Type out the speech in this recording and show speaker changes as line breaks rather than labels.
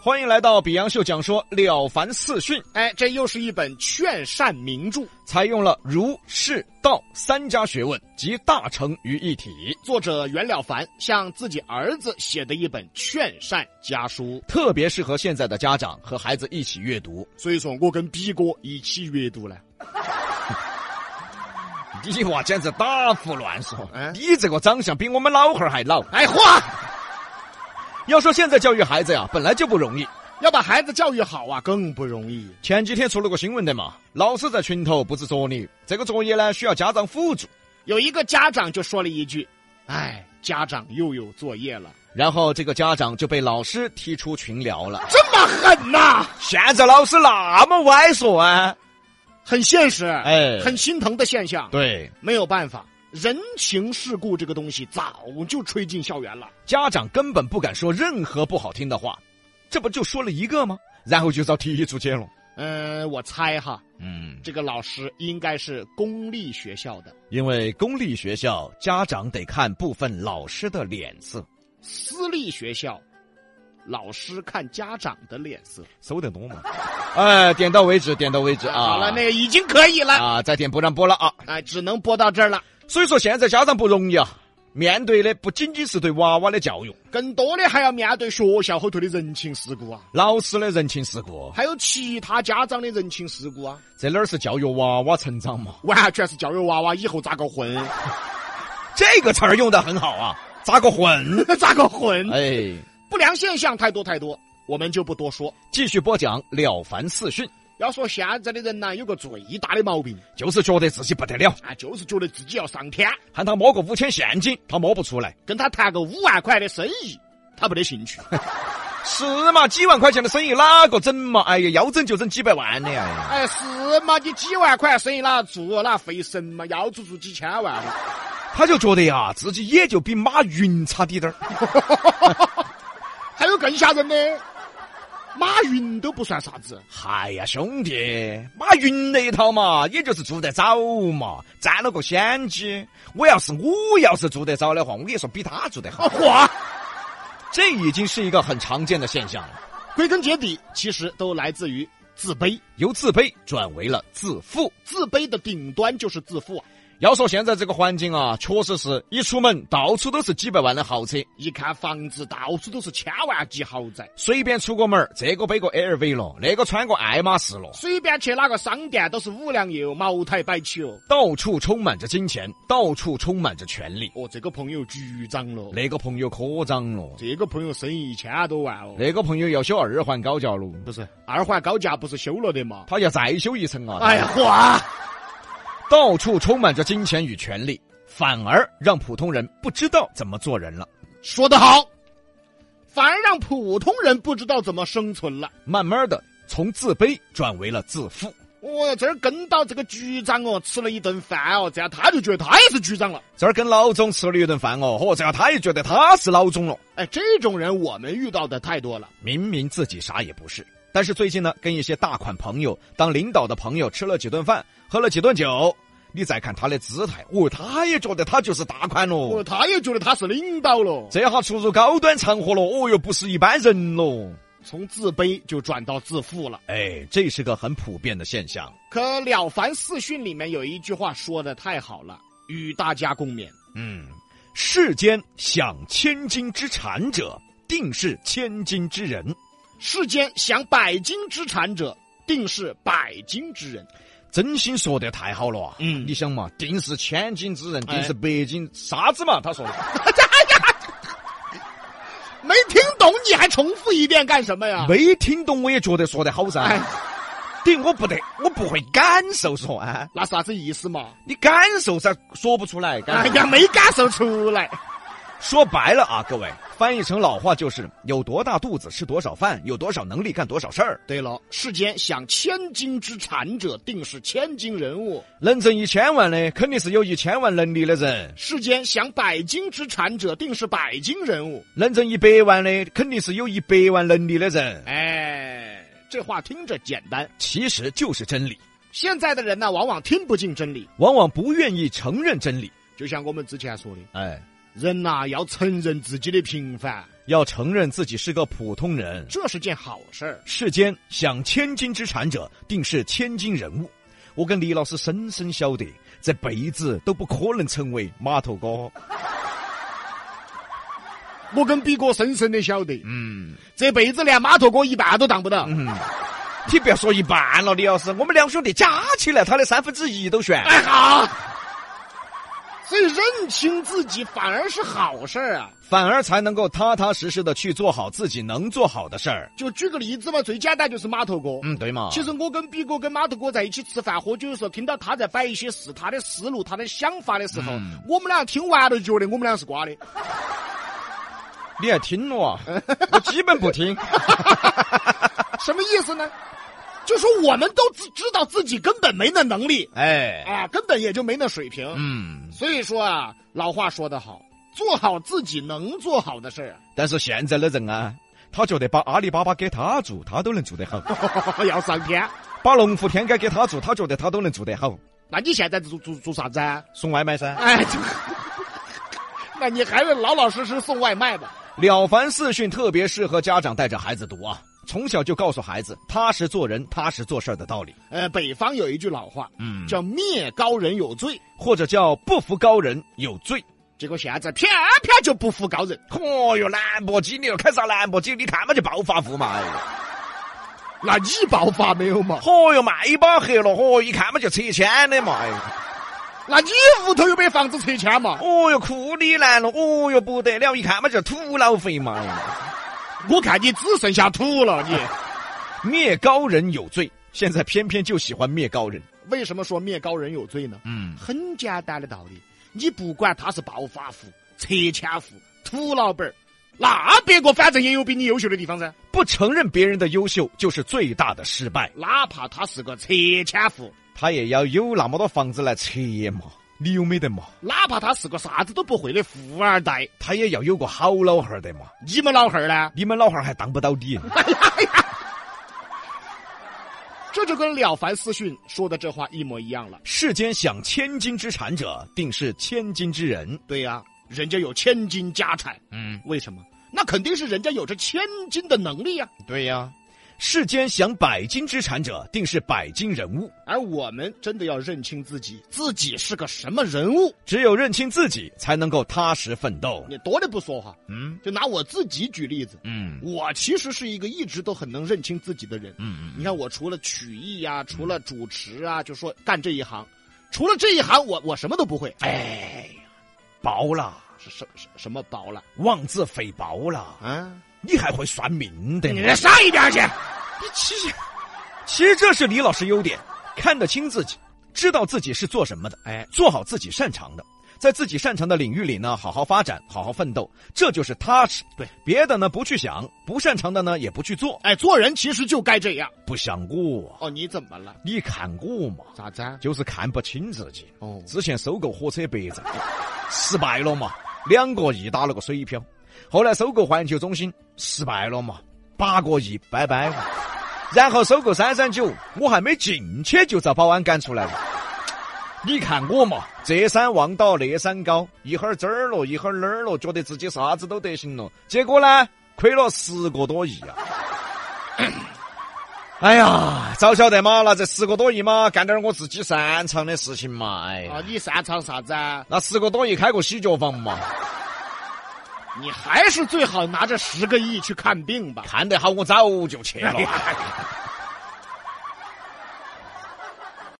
欢迎来到比洋秀讲说《了凡四训》，
哎，这又是一本劝善名著，
采用了儒、释、道三家学问集大成于一体，
作者袁了凡向自己儿子写的一本劝善家书，
特别适合现在的家长和孩子一起阅读。
所以说我跟逼哥一起阅读了。
你娃简直打胡乱说
哎
你这个长相比我们老汉儿还老。
哎，嚯！
要说现在教育孩子呀，本来就不容易。
要把孩子教育好啊，更不容易。
前几天出了个新闻的嘛，老师在群头布置作业，这个作业呢需要家长辅助，
有一个家长就说了一句：“哎，家长又有作业了，
然后这个家长就被老师踢出群聊了。
这么狠呐、
现在老师那么歪说啊？
很现实，
哎
很心疼的现象。
对，
没有办法，人情世故这个东西早就吹进校园了。
家长根本不敢说任何不好听的话，这不就说了一个吗？然后就遭踢出去了。
嗯、我猜哈，
嗯，
这个老师应该是公立学校的，
因为公立学校家长得看部分老师的脸色，
私立学校，老师看家长的脸色。
收得多 嘛。哎，点到为止，点到为止啊。
好了，那个已经可以了，
啊，再点不让播了啊。
哎，只能播到这儿了。
所以说现在家长不容易啊，面对的不仅仅是对娃娃的教育，
更多的还要面对学校后头的人情世故啊，
老师的人情世故，
还有其他家长的人情世故啊，
这哪儿是教育娃娃成长嘛？
完全是教育娃娃以后咋个混，
这个词儿用的很好啊，咋个混？
咋个混，
哎，
不良现象太多太多，我们就不多说。
继续播讲《了凡四训》，
要说现在的人呢，有个最大的毛病
就是觉得自己不得了，
啊，就是觉得自己要上天，
喊他摸个五千现金，他摸不出来。
跟他谈个五万块的生意，他没得兴趣。
是嘛？几万块钱的生意哪个整嘛？哎呀，要整就整几百万的呀！
哎，是嘛？你几万块生意哪做哪费神嘛？要做做几千万嘛。
他就觉得呀，自己也就比马云差滴点儿。
还有更吓人的，马云都不算啥子，
哎呀，兄弟，马云那一套嘛，也就是做得早嘛，占了个先机。我要是我要是做得早的话，我跟你说，比他做得好。
啊，嚯！
这已经是一个很常见的现象了，
归根结底，其实都来自于自卑。
由自卑转为了自负。
自卑的顶端就是自负啊！
要说现在这个环境啊，确实是一出门到处都是几百万的豪车，
一看房子，到处都是千万级豪宅，
随便出个门儿，这个背个 LV 了，那个穿个爱马仕了，
随便去哪个商店都是五粮液、茅台、百汽哦。
到处充满着金钱，到处充满着权力。
哦，这个朋友局长了，
那个朋友科长了，
这个朋友生意一千多万哦。
那个朋友要修二环高架了，
不是二环高架不是修了的吗？
他要再修一层啊！
哎呀，，嚯！
到处充满着金钱与权力，反而让普通人不知道怎么做人了。
说得好，反而让普通人不知道怎么生存了。
慢慢的，从自卑转为了自负。
我哦这儿跟到这个局长哦，吃了一顿饭哦，这样他就觉得他也是局长了。
这儿跟老总吃了一顿饭哦，嚯，这样他也觉得他是老总了。
哎，这种人我们遇到的太多了。
明明自己啥也不是，但是最近呢，跟一些大款朋友、当领导的朋友吃了几顿饭，喝了几顿酒，你再看他的姿态，哦，他也觉得他就是大款
哦，
喽。
他也觉得他是领导了，
这下出入高端场合了，哦哟，不是一般人喽。
从自卑就转到自负了。
哎，这是个很普遍的现象。
可《了凡四训》里面有一句话说的太好了，与大家共勉。
嗯，世间享千金之产者，定是千金之人。
世间享百金之产者，定是百金之人。
真心说的太好了啊！
嗯
你想嘛，定是千金之人，
哎
定是百金啥子嘛？他说的，
没听懂你还重复一遍干什么呀？
没听懂我也觉得说的好噻
哎。
顶我不得，我不会感受说啊，
那啥子意思嘛？
你感受噻，说不出来。
哎
感受
呀，没感受出来。
说白了啊，各位，翻译成老话就是：有多大肚子吃多少饭，有多少能力干多少事儿。
对了，世间享千金之产者，定是千金人物；
能挣一千万的，肯定是有一千万能力的人。
世间享百金之产者，定是百金人物。
能挣一百万的，肯定是有一百万能力的人，
哎，这话听着简单，
其实就是真理，
现在的人呢，往往听不进真理。
往往不愿意承认真理。
就像我们之前说的，
哎，
人呐、要承认自己的平凡，
要承认自己是个普通人。
这是件好事儿。
世间享千金之产者，定是千金人物。我跟李老师深深晓得，这辈子都不可能成为码头哥。
我跟比哥深深的晓得，
嗯，
这辈子连码头哥一半都当不到。
你不要说一半了，李老师，我们两兄弟加起来，他的三分之一都悬。
哎好，所以认清自己反而是好事儿啊。
反而才能够踏踏实实的去做好自己能做好的事儿。
就举个例子嘛，最简单就是码头哥。
嗯，对嘛。
其实我跟比哥、跟码头哥在一起吃饭喝酒的时候，听到他在摆一些事、他的思路、他的想法的时候，
嗯
我们俩听完都觉得我们俩是瓜的。
你还听了 啊？我基本不听。
什么意思呢？就说我们都知知道自己根本没那能力，
哎，
啊，根本也就没那水平。
嗯。
所以说啊，老话说得好，做好自己能做好的事儿
但是现在的人啊，他觉得把阿里巴巴给他做，他都能做得 好；
啊，要上天。
把龙虎天街给他做，他觉得他都能做得好。
那你现在做做做啥子啊？
送外卖噻。
哎，这 那你还是老老实实送外卖吧。
了凡四训特别适合家长带着孩子读啊，从小就告诉孩子踏实做人、踏实做事儿的道理。
呃，北方有一句老话，
嗯
叫“灭高人有罪
或者叫不服高人有罪。”，
结果现在偏偏就不服高人。
嚯哟，兰博基尼又开啥兰博基尼？你看嘛就暴发户嘛！哎呦
那你爆发没有嘛？
嚯哟，迈巴赫了，嚯，一看嘛就拆迁的嘛！哎呦，
那你屋头有没房子拆迁嘛？
哦哟，库里南了，哦哟不得了，一看嘛就土老肥嘛！哎呦
我看你只剩下土了，你。
灭高人有罪，现在偏偏就喜欢灭高人。
为什么说灭高人有罪呢？
嗯，
很简单的道理，你不管他是暴发户、拆迁户、土老板儿，那别个反正也有比你优秀的地方噻。
不承认别人的优秀就是最大的失败。
哪怕他是个拆迁户，
他也要有那么多房子来拆嘛，你有没得嘛？
哪怕他是个啥子都不会的富二代，
他也要有个好老汉儿的嘛。
你们老汉儿呢？
你们老汉儿还当不到你，
这就跟了凡四训说的这话一模一样了。
世间享千金之产者，定是千金之人。
对呀、人家有千金家产，
嗯，
为什么？那肯定是人家有着千金的能力呀、
对呀、世间享百金之产者，定是百金人物。
而我们真的要认清自己，自己是个什么人物。
只有认清自己，才能够踏实奋斗。
你多的不说哈，
嗯
就拿我自己举例子，
嗯
我其实是一个一直都很能认清自己的人。
嗯
你看，我除了曲艺呀、除了主持啊，就说干这一行，除了这一行，我我什么都不会。哎，
薄了，
是什什什么薄了
妄自菲薄了，
啊？
你还会算命的呢？
上一边去！
你其实，其实这是李老师优点，看得清自己，知道自己是做什么的，
哎，
做好自己擅长的，在自己擅长的领域里呢，好好发展，好好奋斗，这就是踏实。
对，
别的呢不去想，不擅长的呢也不去做。
哎，做人其实就该这样。
不想我，
哦，你怎么了？
你看我嘛，
咋子？
就是看不清自己。
哦，
之前收购火车北站， 失败了嘛，两个亿打了个水漂。后来收购环球中心，失败了嘛，八个亿拜拜嘛。然后收购三三九，我还没进去就遭保安赶出来了。你看我嘛，这山望到那山高，一会儿这儿了，一会儿那儿了，觉得自己啥子都得行了，结果呢，亏了十个多 亿啊！哎呀，早晓得嘛，拿这十个多亿嘛，干点儿我自己擅长的事情嘛，哎呀
啊，你擅长啥子？啊？
那十个多亿开个洗脚房嘛，
你还是最好拿着十个亿去看病吧。
哎看得好我早就去了。